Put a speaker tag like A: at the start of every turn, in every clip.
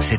A: se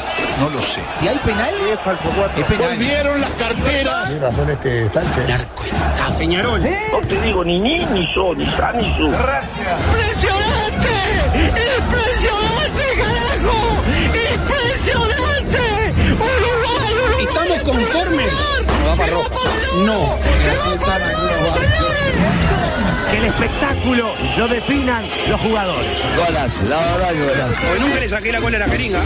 B: Si hay penal, es penal.
C: Volvieron las carteras.
D: este
E: Peñarol.
D: Eh.
F: ¡Impresionante! ¡Impresionante, carajo! ¡Impresionante! ¡Uruguay, Uruguay!
C: ¿Estamos conformes?
F: ¡Se va para rojo!
C: No.
G: Que el espectáculo lo definan los jugadores.
B: Golazo, la verdad que golazo.
E: Porque nunca le saqué la cola a la jeringa.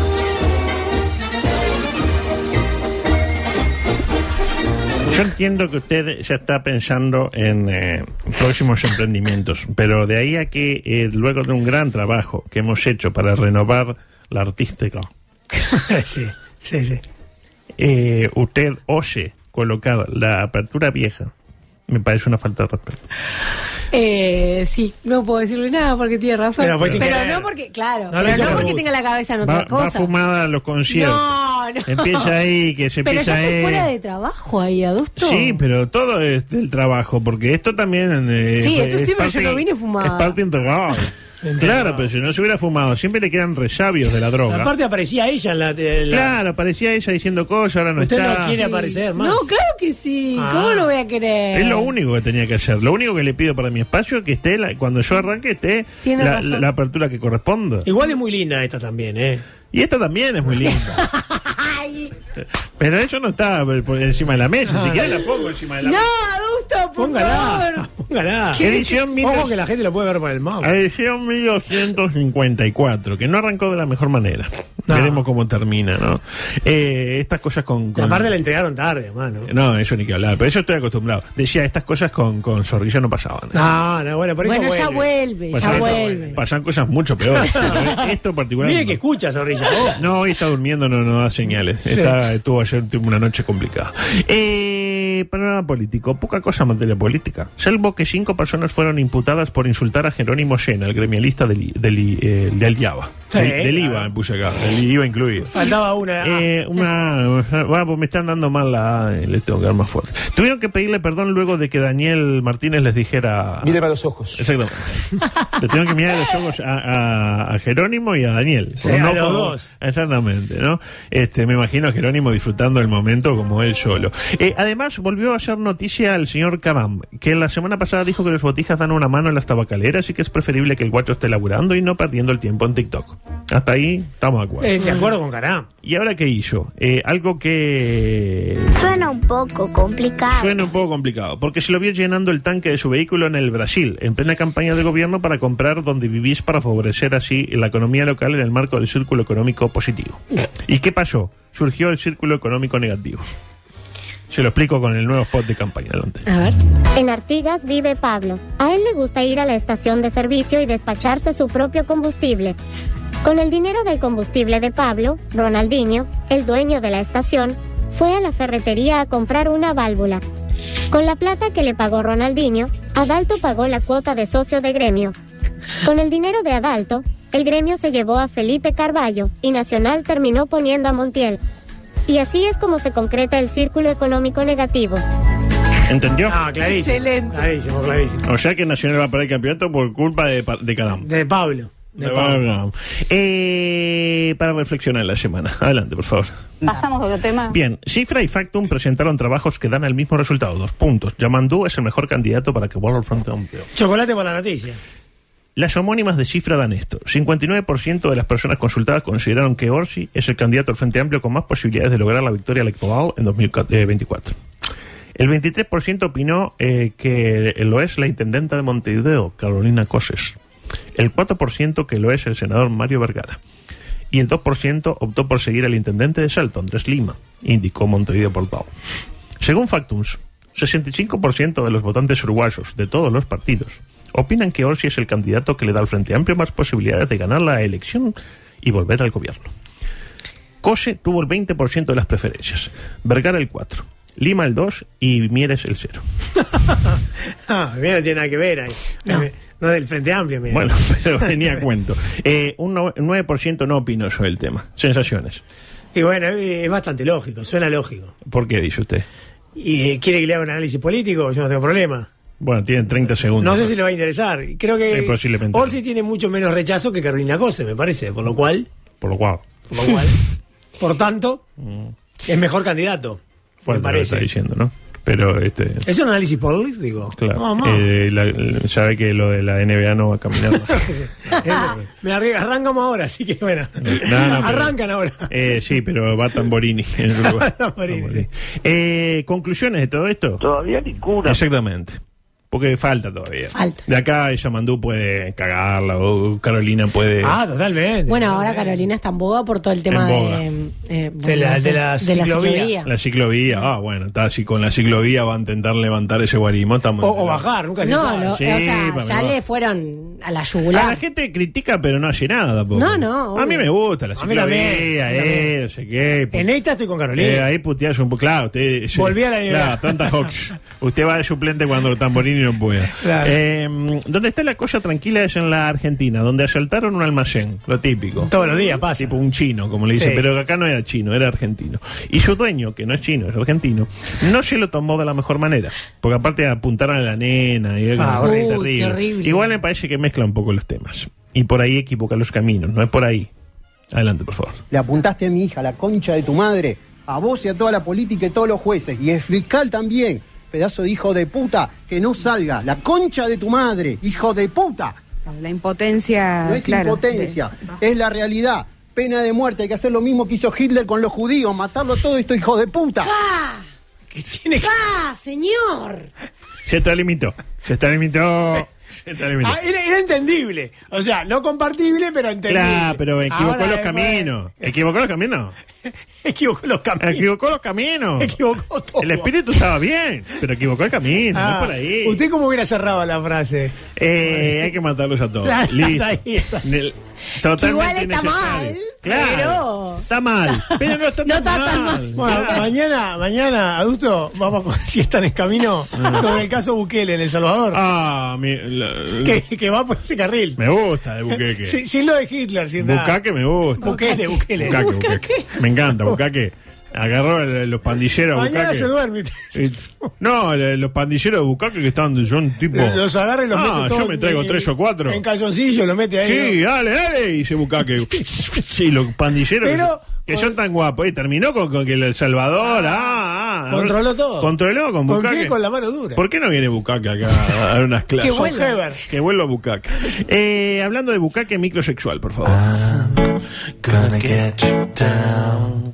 H: Yo entiendo que usted ya está pensando en eh, próximos emprendimientos, pero de ahí a que eh, luego de un gran trabajo que hemos hecho para renovar la artística,
I: sí, sí, sí.
H: eh, usted ose colocar la apertura vieja, me parece una falta de respeto.
J: Eh, sí, no puedo decirle nada porque tiene razón.
I: Pero
J: Pero,
I: fue sin querer.
J: no porque, claro,
H: pues, No,
J: pero
H: no,
J: no
H: no.
J: porque tenga la cabeza en otra
H: Va, va
J: cosa.
H: fumada a los conciertos.
J: No, no.
H: Empieza ahí, que se
J: pero
H: empieza
J: ya estoy
H: ahí.
J: fuera de trabajo ahí, adusto.
H: Sí, pero todo es del trabajo, porque esto también. eh,
J: Sí, esto sí, pero
H: parte-
J: yo no vine fumada.
H: Es parte integral. Claro, pero si no se hubiera fumado, siempre le quedan resabios de la droga.
I: Aparte aparecía ella en la... en la-
H: claro, aparecía ella diciendo cosas, ahora no
I: Usted
H: está.
I: no quiere aparecer más.
J: No, claro que sí.
I: Ah.
J: ¿Cómo lo voy a querer?
H: Es lo único que tenía que hacer. Lo único que le pido para mi espacio es que esté, la- cuando yo arranque, esté
J: Tiene
H: la,
J: razón.
H: la apertura que corresponda.
I: Igual es muy linda esta también, ¿eh?
H: Y esta también es muy linda. Pero eso no está por encima de la mesa. Si quieres la pongo encima de la
J: No,
H: mesa.
J: adusto, por
I: Póngala,
J: favor.
I: póngala.
H: Edición
I: Ojo
H: 1900.
I: que la gente lo puede ver por el mouse.
H: Edición 1254, que no arrancó de la mejor manera.
I: No.
H: Veremos cómo termina, ¿no? Eh, estas cosas con...
I: Y
H: con-
I: aparte la entregaron tarde, mano.
H: No, eso ni que hablar, pero eso estoy acostumbrado. Decía, estas cosas con, con zorrilla no pasaban.
I: No, no, bueno, por eso
J: Bueno, ya
I: vuelve.
J: vuelve,
H: Pasan
J: ya
H: cosas-
J: vuelve.
H: pasan cosas mucho peores. pero Esto en particular...
I: Mire
H: no.
I: que escucha, Oh, Zorrilla. vos.
H: No, hoy está durmiendo, no, no da señales. Está, estuvo ayer tuvo una noche complicada. Eh, panorama político, poca cosa en materia política. Salvo que cinco personas fueron imputadas por insultar a Jerónimo Sena, el gremialista del, I- del, I- eh, del IABA.
I: Sí,
H: del, del
I: claro.
H: IVA, me puse acá, del IVA incluido.
I: Faltaba una. Ah,
H: Eh, una, bueno, pues me están dando mal la A, eh, le tengo que dar más fuerte. Tuvieron que pedirle perdón luego de que Daniel Martínez les dijera...
G: Míreme a los ojos.
H: Exactamente. Le tengo que mirar los ojos a, a- a Jerónimo y a Daniel.
I: Sí,
H: Por
I: a
H: no
I: los
H: como-
I: dos.
H: Exactamente, ¿no? Este, me imagino a Jerónimo disfrutando el momento como él solo. Eh, además, volvió a hacer noticia al señor Cabam, que la semana pasada dijo que los botijas dan una mano en las tabacaleras y que es preferible que el guacho esté laburando y no perdiendo el tiempo en TikTok. Hasta ahí estamos de acuerdo.
I: eh, de acuerdo con Caram.
H: ¿Y ahora qué hizo? Eh, algo que
F: Suena un poco complicado.
H: Suena un poco complicado, porque se lo vio llenando el tanque de su vehículo en el Brasil, en plena campaña de gobierno para comprar donde vivís para favorecer así la economía local en el marco del círculo económico positivo. ¿Y qué pasó? Surgió el círculo económico negativo. Se lo explico con el nuevo spot de campaña. Adelante.
J: A ver.
F: En Artigas vive Pablo. A él le gusta ir a la estación de servicio y despacharse su propio combustible. Con el dinero del combustible de Pablo, Ronaldinho, el dueño de la estación, fue a la ferretería a comprar una válvula. Con la plata que le pagó Ronaldinho, Adalto pagó la cuota de socio de gremio. Con el dinero de Adalto, el gremio se llevó a Felipe Carballo y Nacional terminó poniendo a Montiel. Y así es como se concreta el círculo económico negativo.
H: ¿Entendió?
I: Ah, clarísimo.
J: Excelente.
I: Clarísimo, clarísimo.
H: O sea que Nacional va a perder el campeonato por culpa de, pa- de Cadam.
I: De Pablo. De Pablo.
H: Eh, para reflexionar la semana. Adelante, por favor.
J: Pasamos a otro tema.
H: Bien, Cifra y Factum presentaron trabajos que dan el mismo resultado, dos puntos. Yamandú es el mejor candidato para que vuelva al frente amplio.
I: Chocolate para la noticia.
H: Las homónimas de Cifra dan esto. 59% de las personas consultadas consideraron que Orsi es el candidato al frente amplio con más posibilidades de lograr la victoria electoral en 2024. El 23% opinó eh, que lo es la intendenta de Montevideo, Carolina Coses. El 4% que lo es el senador Mario Vergara. Y el 2% optó por seguir al intendente de Salto, Andrés Lima, indicó Montevideo Portal. Según Factums, 65% de los votantes uruguayos de todos los partidos opinan que Orsi es el candidato que le da al Frente Amplio más posibilidades de ganar la elección y volver al gobierno. Cose tuvo el 20% de las preferencias, Vergara el 4%, Lima el 2% y Mieres el 0%.
I: Ah, mira, no tiene nada que ver ahí. No, es del Frente Amplio, mira.
H: Bueno, pero venía a cuento. Eh, un no- 9% no opinó sobre el tema. Sensaciones.
I: Y bueno, eh, es bastante lógico, suena lógico.
H: ¿Por qué dice usted?
I: ¿Y eh, quiere que le haga un análisis político? Yo no tengo problema.
H: Bueno, tienen 30 segundos.
I: No sé si le va a interesar. Creo
H: Eh,
I: que
H: posiblemente.
I: Orsi tiene mucho menos rechazo que Carolina Cose, me parece. Por lo cual,
H: Por lo cual,
I: por, lo cual, por tanto, es mejor candidato.
H: Mm. fuerte
I: me
H: lo que está
I: parece.
H: diciendo, ¿no? Pero, este,
I: Es un análisis político.
H: claro.
I: No, no.
H: eh, la- la- ya ve que lo de la NBA no va a caminar.
I: Me arre- arrancamos ahora, así que bueno.
H: No, no, pero-
I: Arrancan ahora.
H: Eh, sí, pero va Tamborini en Uruguay.
I: Tamborini,
H: Tamborini. Eh, ¿Conclusiones de todo esto?
G: Todavía ninguna.
H: Exactamente. Porque falta todavía.
J: Falta.
H: De acá Yamandú puede cagarla o Carolina puede...
I: Ah, totalmente.
J: Bueno, ahora Carolina está en boga por todo el tema
H: boga.
J: de, eh,
I: De la- de la
J: de
I: ciclovía.
J: la ciclovía.
H: La ciclovía, ah, bueno, está así con la ciclovía va a intentar levantar ese guarimo. estamos-
I: O, o bajar, nunca se
J: No,
I: sabe.
J: lo-
H: Sí,
J: o sea,
H: para mí
J: ya
H: va.
J: le fueron a la
H: Ah,
J: yugular.
H: la gente critica, pero no hace nada tampoco.
J: No, no,
H: A mí
J: obvio.
H: me gusta la
I: A mí también,
H: ciclovía,
I: a mí también.
H: eh, no sé qué.
I: En esta estoy con Carolina.
H: Eh, ahí puteás un poco. Claro, usted. eh, sí.
I: Volví a la NBA.
H: Claro, tanta Hawks. Usted va de suplente cuando Tamborini no pueda.
I: Claro.
H: Eh, donde está la cosa tranquila es en la Argentina, donde asaltaron un almacén, lo típico.
I: Todos los días pasa.
H: Tipo un chino, como le dicen,
I: Sí.
H: pero acá no era chino, era argentino. Y su dueño, que no es chino, es argentino, no se lo tomó de la mejor manera. Porque aparte apuntaron a la nena y algo
I: Ah,
J: horrible. Uy, qué horrible.
H: Igual me parece que mezcla un poco los temas. Y por ahí equivoca los caminos, no es por ahí. Adelante, por favor.
K: Le apuntaste a mi hija, la concha de tu madre, a vos y a toda la política y todos los jueces, y el fiscal también, pedazo de hijo de puta, que no salga, la concha de tu madre, hijo de puta.
L: La impotencia.
K: No es
L: claro,
K: impotencia, es la realidad. Pena de muerte, hay que hacer lo mismo que hizo Hitler con los judíos, matarlo a todos estos hijos de puta.
I: ¿Qué tiene que-
J: ¡Ah, señor!
H: Se te limitó. Se te limitó. Se te limitó.
I: Ah, era, era entendible. O sea, no compartible, pero entendible.
H: Claro, pero equivocó
I: Ahora
H: los
I: después-
H: caminos. ¿Equivocó los caminos?
I: Equivocó los caminos.
H: Equivocó los caminos.
I: Equivocó todo.
H: El espíritu estaba bien, pero equivocó el camino.
I: Ah,
H: no es por ahí.
I: ¿Usted cómo hubiera cerrado la frase?
H: Eh, hay que matarlos a todos.
I: Claro,
H: Listo.
I: hasta ahí está.
H: Nel- Totalmente
J: Igual está
H: innecesario.
J: mal,
H: Claro.
J: pero-
H: Está mal. Pero no está tan
J: No está
H: mal.
J: tan mal.
I: Bueno,
H: Claro.
I: mañana, mañana, adulto, vamos con, si están en camino, sobre el caso Bukele en El Salvador,
H: Ah, mi- la-
I: que, que va por ese carril.
H: me gusta de Buqueque.
I: Sin, sin lo de Hitler, sin nada.
H: Bucaque me gusta.
I: Bukele, Bukele.
H: Bucaque, Bucaque. Me encanta, Bucaque. Agarró el- los pandilleros.
I: Mañana
H: Bucaque.
I: se duerme.
H: Eh, No, el- los pandilleros de Bucaque que estaban, son tipo.
I: Los agarra y los
H: ah,
I: mete todos
H: yo me traigo
I: en-
H: tres o cuatro.
I: En calzoncillo, lo mete ahí.
H: Sí,
I: ¿no?
H: dale, dale, dice Bucaque. Sí, los pandilleros
I: Pero-
H: que que son tan guapos. Eh, terminó con, con que El Salvador. Ah, ah,
I: Controló todo.
H: Controló con
I: ¿Con
H: Bucaque.
I: qué? Con la mano dura.
H: ¿Por qué no viene Bucaque acá a dar unas clases?
J: Que vuelva.
I: Heber.
H: Que vuelva a Bucaque. Eh, hablando de Bucaque microsexual, por favor.
M: Gonna get you down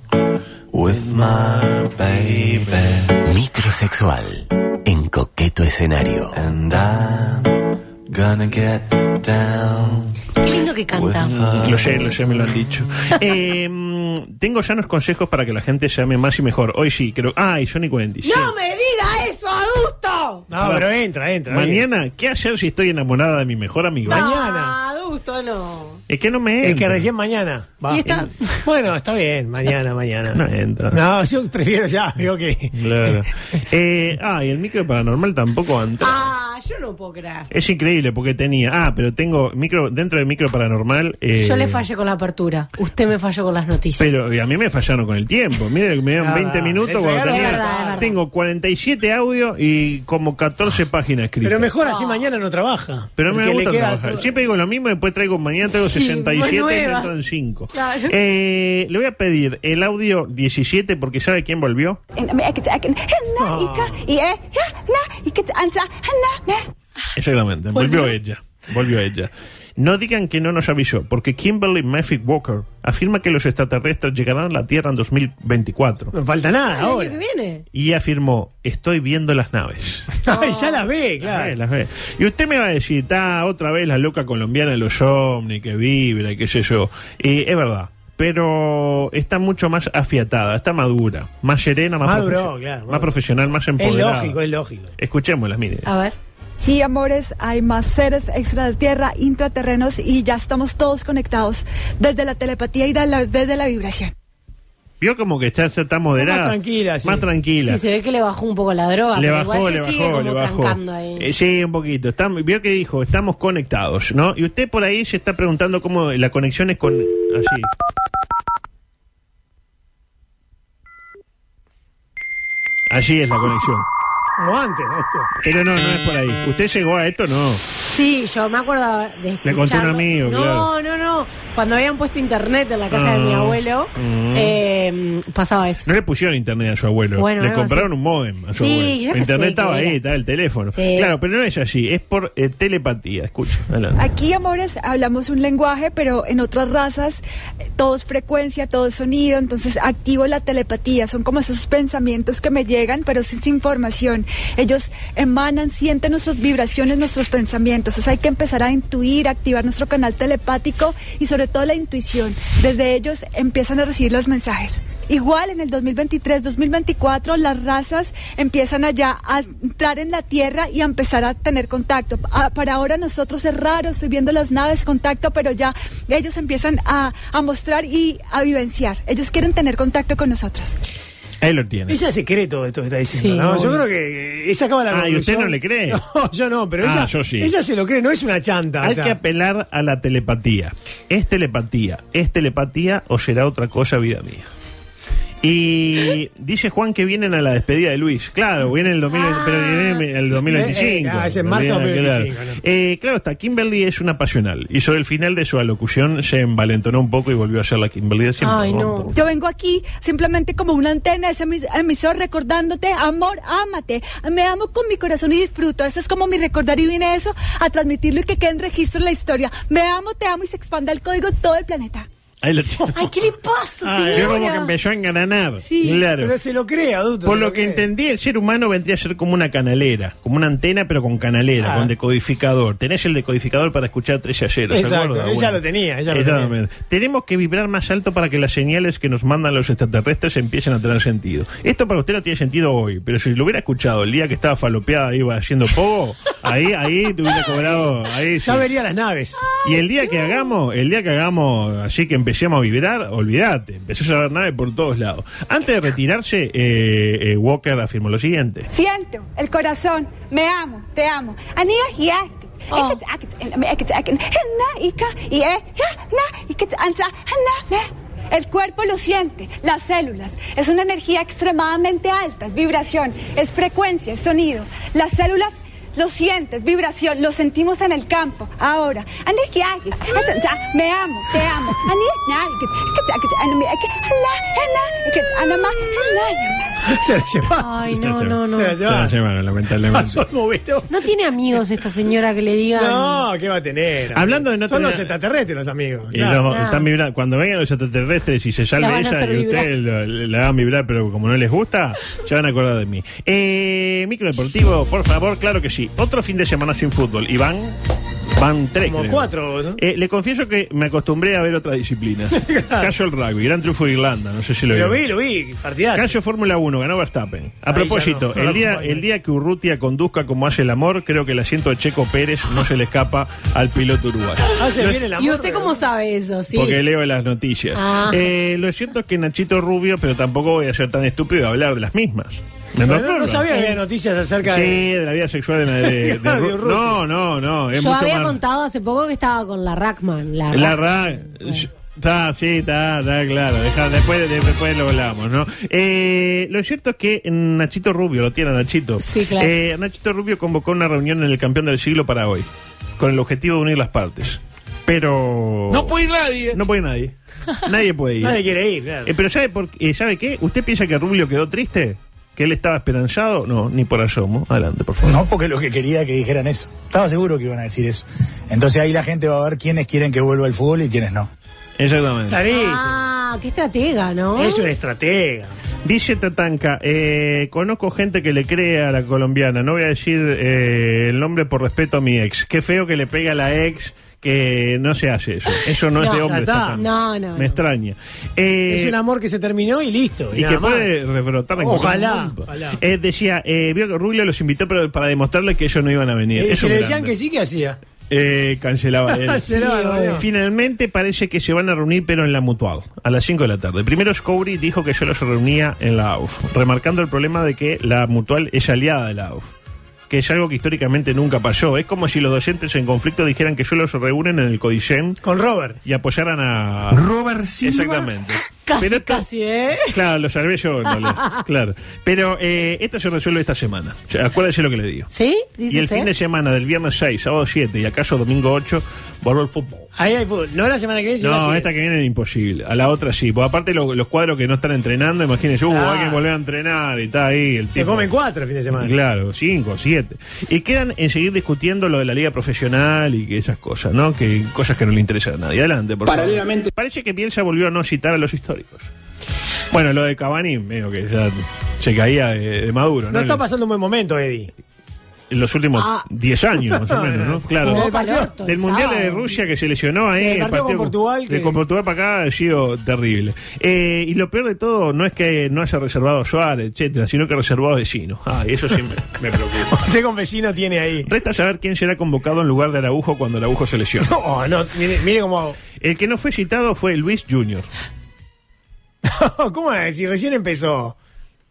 M: with my baby.
A: Microsexual en coqueto escenario.
M: And I'm gonna get down.
J: Qué lindo que canta.
H: Lo sé, lo sé, me lo han dicho. Eh, mm, tengo ya unos consejos para que la gente se ame más y mejor. Hoy sí, creo. Ah, y Sony 47.
J: ¡No me diga eso, adusto!
I: No, pero entra, entra.
H: Mañana, ¿qué hacer si estoy enamorada de mi mejor amigo?
I: Mañana.
J: No, adusto no.
H: Es que no me
I: Es que
H: entra.
I: recién mañana. va.
J: Y está-
I: Bueno, está bien, mañana, mañana.
H: No entra.
I: No, yo prefiero ya, digo que.
H: Claro. Eh, ah, y el micro paranormal tampoco entra.
J: Ah, yo no puedo creer.
H: Es increíble porque tenía. Ah, pero tengo micro dentro de micro paranormal. eh,
J: Yo le fallé con la apertura. Usted me falló con las noticias.
H: Pero y a mí me fallaron con el tiempo. Mire, que me dieron
I: Ah,
H: 20 minutos.
I: le
H: cuando
I: entregaron-
H: tenía-
J: Es verdad, es verdad.
H: Tengo 47 audios y como 14 páginas escritas.
I: Pero mejor así mañana no trabaja.
H: Pero me
I: Porque le
H: gusta
I: queda
H: trabajar.
I: todo-
H: Siempre digo lo mismo, después traigo mañana, traigo
J: Sí,
H: 67 y me
J: nuevas.
H: entran 5.
J: Claro.
H: Eh, le voy a pedir el audio 17 porque ¿sabe quién volvió? Exactamente, volvió ella. Volvió ella. No digan que no nos avisó, porque Kimberly Murphy Walker afirma que los extraterrestres llegarán a la Tierra en 2024.
I: No falta nada
J: El año que
I: ahora.
J: viene.
H: Y afirmó, estoy viendo las naves.
I: Ay, ya
H: Las
I: las ve,
H: ve,
I: claro.
H: las ve. Y usted me va a decir, está otra vez la loca colombiana de los ovnis que vibra y qué sé yo. Y es verdad, pero está mucho más afiatada, está madura, más serena, más,
I: Maduró,
H: profe-
I: claro,
H: más
I: maduró.
H: profesional, más
I: Es
H: empoderada.
I: lógico, es lógico.
J: Ah.
H: Escuchémoslas, mire.
J: A ver.
L: Sí, amores, hay más seres extra de tierra, intraterrenos y ya estamos todos conectados desde la telepatía y de la- desde la vibración.
H: Vio como que está, ya está moderada.
J: Más tranquila,
H: Más tranquila.
J: Sí, se ve que le bajó un poco la droga.
H: Le
J: Ah, pero
H: bajó,
J: igual
H: le
J: se sigue
H: bajó,
J: como
H: le bajó.
J: trancando ahí.
H: Eh, sí, un poquito. Está- vio que dijo, estamos conectados, ¿no? Y usted por ahí se está preguntando cómo la conexión es con... Así. Allí es la conexión.
I: Como antes, esto.
H: Pero no, no es por ahí. ¿Usted llegó a esto? No.
J: Sí, yo me acuerdo de
H: Le
J: escuchar...
H: conté a un amigo,
J: No,
H: claro.
J: no, no. Cuando habían puesto internet en la casa de mi
H: Ah.
J: abuelo,
H: Mm.
J: eh, pasaba eso.
H: No le pusieron internet a su abuelo.
J: Bueno,
H: le
J: algo
H: compraron
J: así.
H: un modem a su
J: Sí,
H: abuelo.
J: yo qué sé
H: internet
J: qué
H: estaba ahí,
J: era.
H: estaba el teléfono.
L: Sí.
H: Claro, pero no es allí. Es por eh, telepatía. Escucha. adelante.
L: Aquí, amores, hablamos un lenguaje, pero en otras razas eh, todo es frecuencia, todo es sonido, entonces activo la telepatía, son como esos pensamientos que me llegan, pero sin sin información. Ellos emanan, sienten nuestras vibraciones, nuestros pensamientos, entonces hay que empezar a intuir, a activar nuestro canal telepático y sobre todo la intuición. Desde ellos empiezan a recibir los mensajes. Igual en el 2023-2024 las razas empiezan allá a entrar en la Tierra y a empezar a tener contacto. Ah, Para ahora nosotros es raro, estoy viendo las naves contacto, pero ya ellos empiezan a, a mostrar y a vivenciar. Ellos quieren tener contacto con nosotros.
H: Ahí lo tiene.
I: Ella es secreto de esto que está diciendo,
H: Sí,
I: ¿no? Yo
H: obvio.
I: creo que eh, esa acaba la
H: Ah, ¿y usted
I: conclusión.
H: no le cree?
I: No, yo no, pero
H: Ah,
I: ella,
H: yo sí.
I: ella se lo cree, no es una chanta.
H: Hay
I: o sea.
H: que apelar a la telepatía. ¿Es telepatía? ¿Es telepatía o será otra cosa, vida mía? Y dice Juan que vienen a la despedida de Luis. Claro, vienen el, 2000
L: Ah.
H: pero vienen el 2025.
I: Eh, eh, ah, es en marzo
H: Vienen,
I: 2025,
H: Claro. Eh, claro está, Kimberly es una pasional. Y sobre el final de su alocución se envalentonó un poco y volvió a ser la Kimberly de siempre.
L: Ay,
H: ¿no?
L: no. Yo vengo aquí simplemente como una antena de ese emis- emisor recordándote, amor, ámate. Me amo con mi corazón y disfruto. Eso es como mi recordar y vine a eso a transmitirlo y que quede en registro en la historia. Me amo, te amo y se expanda el código en todo el planeta.
H: Ahí lo tiene.
L: Ay, ¿qué le pasa,
H: Ah, vio como que empezó a engananar. claro.
I: Pero se lo cree, adulto.
H: Por
I: se
H: lo que entendí, el ser humano vendría a ser como una canalera, como una antena, pero con canalera,
I: Ah.
H: con decodificador. Tenés el decodificador para escuchar tres ayeros. ¿se
I: Exacto,
H: acuerda?
I: ella lo tenía, ella lo tenía.
H: también. Tenemos que vibrar más alto para que las señales que nos mandan los extraterrestres empiecen a tener sentido. Esto para usted no tiene sentido hoy, pero si lo hubiera escuchado el día que estaba falopeada, iba haciendo pogo, ahí, ahí te hubiera cobrado. Ahí,
I: Ya
H: sí.
I: vería las naves.
H: Y el día que hagamos, el día que hagamos, así que empecemos a vibrar, olvídate, empezás a ver naves por todos lados. Antes de retirarse, eh, eh, Walker afirmó lo siguiente.
L: Siento el corazón, me amo, te amo. Anía y a- a- a- a- a- na- y ca- y e- ja- na- y que- anza- na- na. El cuerpo lo siente, las células. Es una energía extremadamente alta, es vibración, es frecuencia, es sonido. Las células lo sientes, vibración, lo sentimos en el campo. Ahora, Anía y a- a- me amo, te amo. Anía, na- y que- a- que- a- na- y que- na- y que- a- na- na-
I: Se la llevaron.
J: Ay, no, no, no.
H: Se la llevaron, Se la llevaron, lamentablemente.
J: No tiene amigos esta señora que le digan.
I: No, ¿qué va a tener?
H: Hablando de no
I: Son
H: tener-
I: los extraterrestres los amigos.
H: Y
I: claro.
H: no, están vibrando. Cuando vengan los extraterrestres y se
I: La
H: salve
I: van a
H: ella
I: hacer
H: y ustedes
I: vibrar.
H: lo- la hagan vibrar, pero como no les gusta, se van a acordar de mí. Eh, microdeportivo, por favor, claro que sí. Otro fin de semana sin fútbol. Y van, van tres.
I: Como
H: creo.
I: cuatro, ¿no?
H: Eh, le confieso que me acostumbré a ver otras disciplinas. Caso el rugby, gran triunfo de Irlanda, no sé si lo
I: Lo
H: vieron.
I: vi, lo vi, partidazo.
H: Caso Fórmula 1, ganó Verstappen. A
I: Ahí ya
H: propósito,
I: no, no
H: el,
I: lo
H: día,
I: acompañé.
H: el día que Urrutia conduzca como hace el amor, creo que el asiento de Checo Pérez no se le escapa al piloto uruguayo.
I: Hace
H: Los-
I: bien el amor.
J: ¿Y usted cómo sabe eso? Sí.
H: porque leo las noticias.
J: Ah.
H: Eh, lo cierto es que Nachito Rubio, pero tampoco voy a ser tan estúpido de hablar de las mismas. ¿Me
I: Pero no,
H: entiendes?
I: no sabía que había noticias acerca
H: Sí,
I: de.
H: de la vida sexual de, de- de
I: Claro,
H: Ru-
I: de Rubio.
H: No, no, no. Es
J: Yo
H: mucho
J: había
H: más.
J: contado hace poco que estaba con la Rackman. La,
H: La
J: Rack-
H: ra... Está, sí, está, está claro. Deja- después, de- después lo hablamos, ¿no? Eh, lo cierto es que Nachito Rubio, lo tiene a Nachito.
J: Sí, claro.
H: Eh, Nachito Rubio convocó una reunión en el campeón del siglo para hoy, con el objetivo de unir las partes. Pero.
E: No puede ir nadie.
H: No puede ir nadie. Nadie puede ir.
I: Nadie quiere ir, claro.
H: Eh, pero ¿sabe, por, eh, ¿sabe qué? ¿Usted piensa que Rubio quedó triste? ¿Que él estaba esperanzado? No, ni por asomo. Adelante, por favor.
N: No, porque lo que quería que dijeran eso. Estaba seguro que iban a decir eso. Entonces ahí la gente va a ver quiénes quieren que vuelva al fútbol y quiénes no.
H: Exactamente.
I: Clarísimo.
J: Ah, qué estratega, ¿no?
I: Es un estratega.
H: Dice Tatanka, eh, conozco gente que le cree a la colombiana, no voy a decir eh, el nombre por respeto a mi ex. Qué feo que le pega a la ex, que no se hace eso. Eso no, es de hombre.
I: Ya está.
J: No, no.
H: Me extraña. Eh,
I: es un amor que se terminó y listo.
H: y
I: nada
H: que
I: más.
H: puede rebrotar en cualquier
I: Ojalá.
H: momento.
I: ojalá.
H: Eh, decía, eh, vio que Rubio los invitó pero para demostrarle que ellos no iban a venir.
I: Y
H: Es
I: si
H: un
I: le
H: grande.
I: decían Eh, que sí, ¿qué hacía?
H: Eh, cancelaba él.
I: Cancelaba,
H: Sí,
I: boludo.
H: Finalmente parece que se van a reunir, pero en la mutual, a las 5 de la tarde. Primero Scowry dijo que solo se reunía en la AUF, remarcando el problema de que la mutual es aliada de la AUF, que es algo que históricamente nunca pasó. Es como si los docentes en conflicto dijeran que solo se reúnen en el Codicen
I: Con Robert.
H: y apoyaran a. Robert Exactamente.
J: Casi,
H: Pero esto-
J: casi, ¿eh?
H: Claro, lo salvé yo, no le- claro. Pero eh, esto se resuelve esta semana. O sea, Acuérdese lo que le digo.
J: ¿Sí? ¿Dice
H: Y el
J: usted?
H: fin de semana del viernes 6, sábado 7 y acaso domingo 8, vuelve el fútbol.
I: Ahí hay fútbol. No la semana que viene, sino la
H: No,
I: siguiente.
H: esta que viene es imposible. A la otra sí. Porque aparte lo- los cuadros que no están entrenando, imagínense, uh,
I: Ah.
H: hay que volver a entrenar y está ahí. El
I: Se
H: tipo.
I: comen cuatro el fin de semana.
H: Claro, cinco, siete. Y quedan en seguir discutiendo lo de la liga profesional y que esas cosas, ¿no? Que cosas que no le interesan a nadie. Adelante, por favor.
E: Paralelamente-
H: Parece que Bielsa volvió a no citar a los históricos. Bueno, lo de Cavani, medio que ya se caía de, de maduro,
I: No,
H: ¿no?
I: está pasando un buen momento, Eddie.
H: En los últimos
I: Ah.
H: 10 años, más o menos, ¿no? Claro.
I: Jugó pa'l orto el
H: Del Mundial de
I: sábado.
H: Rusia que se lesionó ahí.
I: Sí, el partido con Portugal
H: de-
I: que-
H: con Portugal para acá ha sido terrible. Eh, y lo peor de todo no es que no haya reservado Suárez, etcétera, sino que reservado vecinos. Ah, y eso siempre me preocupa.
I: Usted con vecino tiene ahí.
H: Resta saber quién será convocado en lugar de Araujo cuando Araujo se lesione.
I: No, no, mire, mire cómo hago.
H: El que no fue citado fue Luis Junior.
I: ¿Cómo es? Si recién empezó.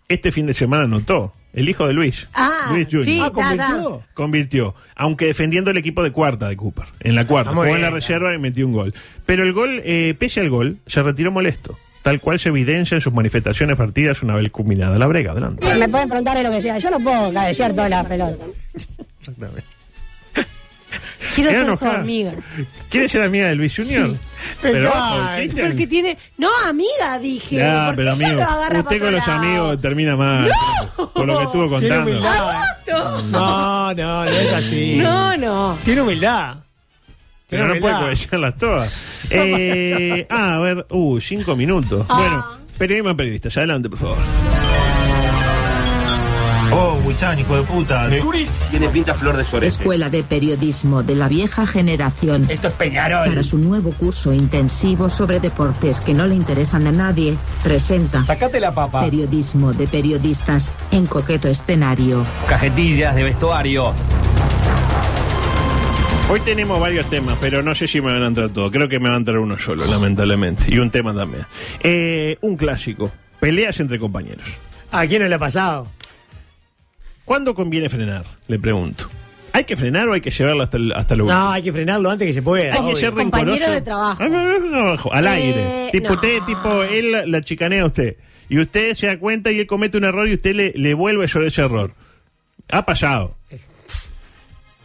H: Este fin de semana anotó. El hijo de Luis.
J: Ah,
H: Luis Junior.
J: sí,
I: Ah,
J: da, da.
I: convirtió.
H: Convirtió, aunque defendiendo el equipo de cuarta de Cooper, en la cuarta.
I: Ah, muy
H: Jugó en la
I: bien,
H: reserva y metió un gol. Pero el gol, eh, pese al gol, se retiró molesto, tal cual se evidencia en sus manifestaciones partidas una vez culminada la brega. Adelante.
O: Me pueden preguntar lo que sea. Yo no puedo cabecear toda la pelota.
J: Quiero
H: Era
J: ser su
H: enojada.
J: amiga.
H: ¿Quiere ser amiga de Luis Junior?
J: Sí.
H: Pero,
I: Ay,
H: ojo, el Cristian-
J: Porque tiene. No, amiga, dije.
H: Ya,
J: porque
H: pero
J: ella
H: amigo,
J: lo agarra
H: usted
J: para
H: con los amigos termina mal. Por lo que estuvo
I: Tiene
H: contando.
I: humildad. No, no, no es así.
H: Mm.
J: No, no.
I: Tiene humildad.
H: Pero no
I: Tiene
H: puede
I: humildad.
H: coleccionarlas todas. Eh, ah, a ver, uh, cinco minutos.
J: Ah.
H: Bueno, periodismo periodistas, adelante, por favor.
D: Oh, Wissan, hijo de puta. Tiene pinta flor de sorete.
P: Escuela de Periodismo de la Vieja Generación.
E: Eh.
D: Esto es Peñarol.
P: Para su nuevo curso intensivo sobre deportes que no le interesan a nadie, presenta
D: Sácate la papa.
P: Periodismo de Periodistas en coqueto escenario.
D: Cajetillas de vestuario.
H: Hoy tenemos varios temas, pero no sé si me van a entrar todos. Creo que me va a entrar uno solo, lamentablemente. Y un tema también. Eh, un clásico. Peleas entre compañeros.
I: ¿A Ah, quién no le ha pasado?
H: ¿Cuándo conviene frenar? Le pregunto. ¿Hay que frenar o hay que llevarlo hasta el, hasta el lugar?
I: No, hay que frenarlo antes que se pueda.
H: Hay que ser
J: compañero
H: rencoroso.
J: de trabajo.
H: Ah, no, no, no, abajo, al
J: Eh,
H: aire. Tipo,
J: no.
H: usted, tipo, él la- la chicanea a usted. Y usted se da cuenta y él comete un error y usted le, le vuelve sobre ese error. Ha pasado.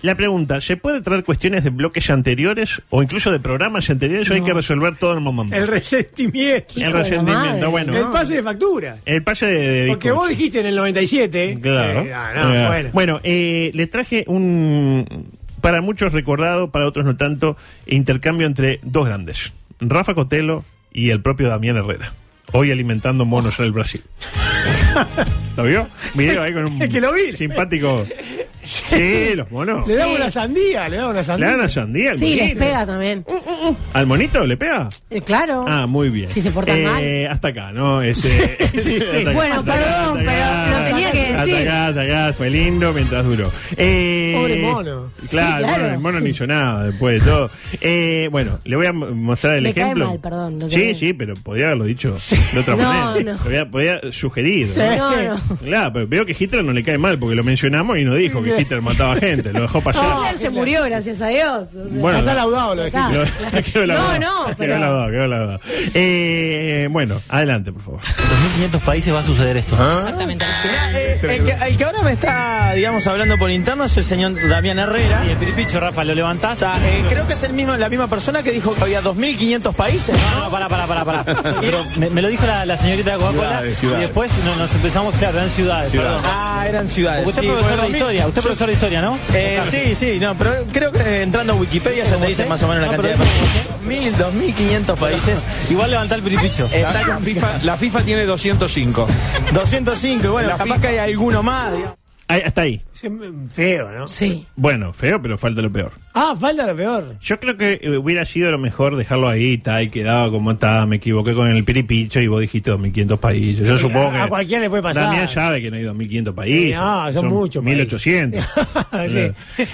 H: La pregunta, ¿se puede traer cuestiones de bloques anteriores o incluso de programas anteriores o hay que resolver todo en el momento?
I: El resentimiento.
H: El resentimiento, bueno.
I: El pase de factura.
H: El pase de... de
I: Porque
H: bizcocho.
I: vos dijiste en el 97.
H: Claro.
I: eh, ah, no,
H: Eh,
I: bueno.
H: eh, le traje un, para muchos recordado, para otros no tanto, intercambio entre dos grandes, Rafa Cotelo y el propio Damián Herrera, hoy alimentando monos en el Brasil. ¿Lo vio? Video ahí con un
I: Es que lo vi.
H: simpático... Sí, los monos.
I: Le damos
J: Sí.
I: una sandía, le damos una
H: Le
I: sandía.
H: dan a Sandía al
J: Sí, les
H: monito.
J: pega también.
H: ¿Al monito le pega?
J: Eh, claro.
H: Ah, muy bien.
J: Si se portan
H: Eh, Hasta acá, ¿no? Este,
J: sí.
H: hasta acá,
J: Bueno,
H: hasta acá,
J: perdón,
H: hasta acá,
J: pero lo tenía que
H: hasta
J: decir.
H: acá, hasta acá, fue lindo mientras duró. Eh,
I: Pobre mono.
H: Claro,
J: Sí,
H: el mono-
J: claro.
H: el mono ni hizo nada después de todo. Eh, bueno, le voy a m- mostrar el
J: Me cae
H: ejemplo.
J: mal, perdón, lo que
H: sí,
J: veo.
H: sí, pero podía haberlo dicho de otra
J: No,
H: manera.
J: no.
H: Podía, podía sugerir. ¿no?
J: mal. No, no.
H: Claro, pero veo que Hitler no le cae mal porque lo mencionamos y no dijo que Hitler mataba gente, lo dejó pasar.
J: Hitler se murió, gracias a Dios. O sea,
H: Bueno,
I: Ya está laudado lo de
J: está.
I: Hitler.
H: Lo- quedó laudado.
J: No, no, pero-
H: Quedó laudado, quedó laudado. Eh, bueno, adelante, por favor.
D: En 2.500 países va a suceder esto.
B: Exactamente.
D: Eh, El que, el que ahora me está, digamos, hablando por interno es el señor Damián Herrera. Y el piripicho, Rafa, lo levantás. creo que es el mismo, la misma persona que dijo que había 2.500 países. No, no, pará, pará, pará. pará. me, me lo dijo la, la señorita de Coca-Cola.
Q: Ciudades,
D: Y
Q: ciudades.
D: después no- nos empezamos, claro, eran ciudades,
Q: Ciudades.
D: perdón.
B: Ah, eran ciudades.
D: Porque usted
B: sí,
D: es profesor de
B: bueno,
D: historia, usted es
B: yo-
D: profesor de historia, ¿no?
B: Eh, sí, sí, no, pero creo que entrando a Wikipedia ya te dicen más o menos la
D: No, pero
B: cantidad de países. Mil, dos mil quinientos países.
D: Igual levantá el piripicho.
B: Está con FIFA,
Q: La FIFA tiene 205.
B: 205, y bueno,
Q: La
B: capaz
Q: FIFA.
B: que hay alguno más. digamos.
H: Ahí- hasta ahí.
I: Es, mm, Feo, ¿no?
J: Sí.
H: Bueno, feo, pero falta lo peor.
I: Ah, falta era peor.
H: Yo creo que eh, hubiera sido lo mejor dejarlo ahí, está ahí quedado como está, me equivoqué con el piripicho y vos dijiste 2.500 países. Yo supongo que...
I: a cualquiera le puede pasar.
H: Damián sabe que no hay 2.500 países.
I: Sí, no, Eh, ah, son muchos países.
H: 1.800.
I: Sí.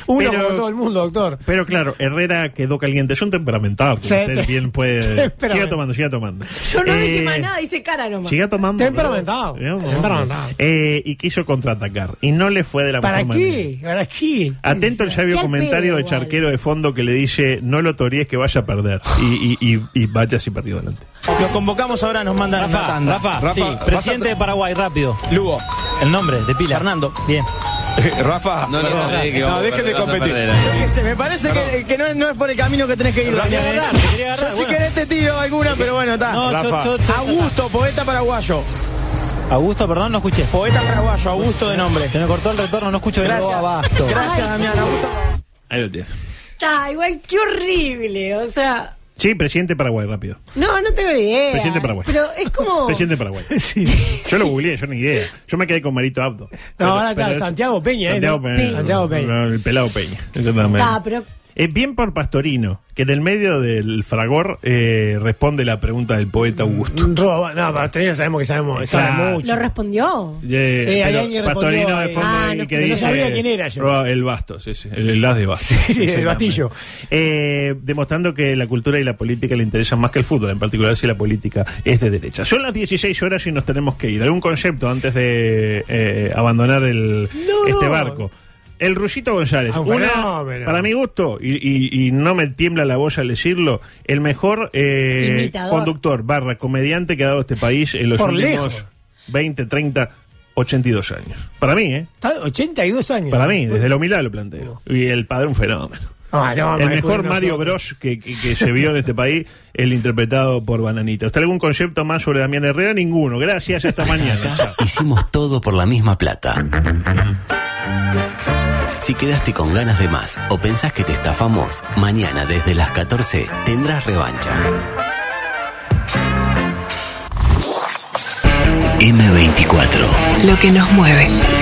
I: Uno como todo el mundo, doctor.
H: Pero claro, Herrera quedó caliente. Es un temperamental.
I: Sí,
H: usted
I: te-
H: bien puede...
I: temperamental.
H: Siga tomando, siga tomando.
J: Yo no dije
H: Eh,
J: más nada, hice cara nomás.
H: Siga tomando.
I: Temperamental.
H: Eh, no, no.
I: Temperamental.
H: Eh, y quiso contraatacar. Y no le fue de la
I: ¿Para
H: mejor manera. Ah.
I: qué? ¿Para qué?
H: Atento el sabio
I: Qué al
H: comentario
I: pedo
H: de
I: igual.
H: Charquero de fondo que le dice no lo toríes que vaya a perder y, y, y, y vaya si perdió adelante.
D: Los convocamos ahora, nos mandan una
H: Rafa,
D: tanda.
H: Rafa,
D: Sí,
H: Rafa,
D: presidente de Paraguay, rápido. Lugo. El nombre, de pila. Fernando. Bien.
R: Rafa, no,
D: Perdón.
R: no, dejen de competir.
D: Yo qué sé, me parece que, que no, no es por el camino que tenés que ir.
R: Quería
D: Daniel. ¿eh?
R: ganar, te quería
D: Yo
R: ganar,
D: si
R: bueno.
D: querés te tiro alguna, pero bueno, está.
R: No, yo- Rafa. yo- yo-
D: Augusto, poeta paraguayo. Augusto, perdón, no escuché. Poeta paraguayo, Augusto de nombre. Se me cortó el retorno, no escucho
R: de
D: Gracias.
R: nuevo
D: Abasto. Gracias,
J: Ay,
D: Damián. Augusto.
H: Ahí lo tiene.
J: Está, igual, qué horrible. O sea,
H: Sí, presidente de Paraguay, rápido.
J: no, no tengo ni idea.
H: Presidente de Paraguay.
J: Pero es
I: Oh.
J: como.
H: Presidente de Paraguay. Yo lo googleé, yo ni idea. Yo me quedé con Marito Abdo.
I: ahora está Santiago Peña, ¿eh?
H: Santiago
I: ¿no?
H: Peña.
I: Peña. Santiago Peña. Ah,
H: El pelado Peña. Exactamente.
J: Está, pero.
H: Es bien por Pastorino, que en el medio del fragor eh, responde la pregunta del poeta Augusto.
I: Roba- no, pero ustedes ya sabemos que sabemos,
H: Claro.
I: sabe mucho.
J: ¿Lo respondió?
H: Eh,
I: Sí, hay
H: pero
I: alguien que respondió
H: Pastorino de
I: ahí.
H: fondo
I: Ah,
H: y
I: no,
H: que
I: no
H: dice,
I: sabía quién era yo.
H: "Roba El basto, sí, sí, el, el as de basto.
I: sí, el bastillo.
H: Eh, demostrando que la cultura y la política le interesan más que el fútbol, en particular si la política es de derecha. Son las 16 horas y nos tenemos que ir. ¿Algún concepto antes de eh, abandonar el,
I: No,
H: este
I: no.
H: barco? El Rusito González,
I: Ah, un
H: una-
I: fenómeno.
H: para mi gusto, y, y- y no me tiembla la voz al decirlo, el mejor eh,
I: Imitador.
H: conductor barra comediante que ha dado este país en los
I: Por
H: últimos
I: lejos.
H: 20, 30, 82 años. Para mí, ¿eh?
I: Está 82 años.
H: Para mí, desde la humildad lo planteo. Y el padre un fenómeno.
I: Ah, no,
H: el
I: me
H: mejor
I: descubrí
H: Mario
I: nosotros.
H: Bros que, que- que se vio en este país, el interpretado por Bananita. ¿Usted algún concepto más sobre Damián Herrera? Ninguno. Gracias, hasta mañana. Chao.
A: Hicimos todo por la misma plata. Si quedaste con ganas de más o pensás que te estafamos, mañana desde las 14 tendrás revancha. M24.
S: Lo que nos mueve.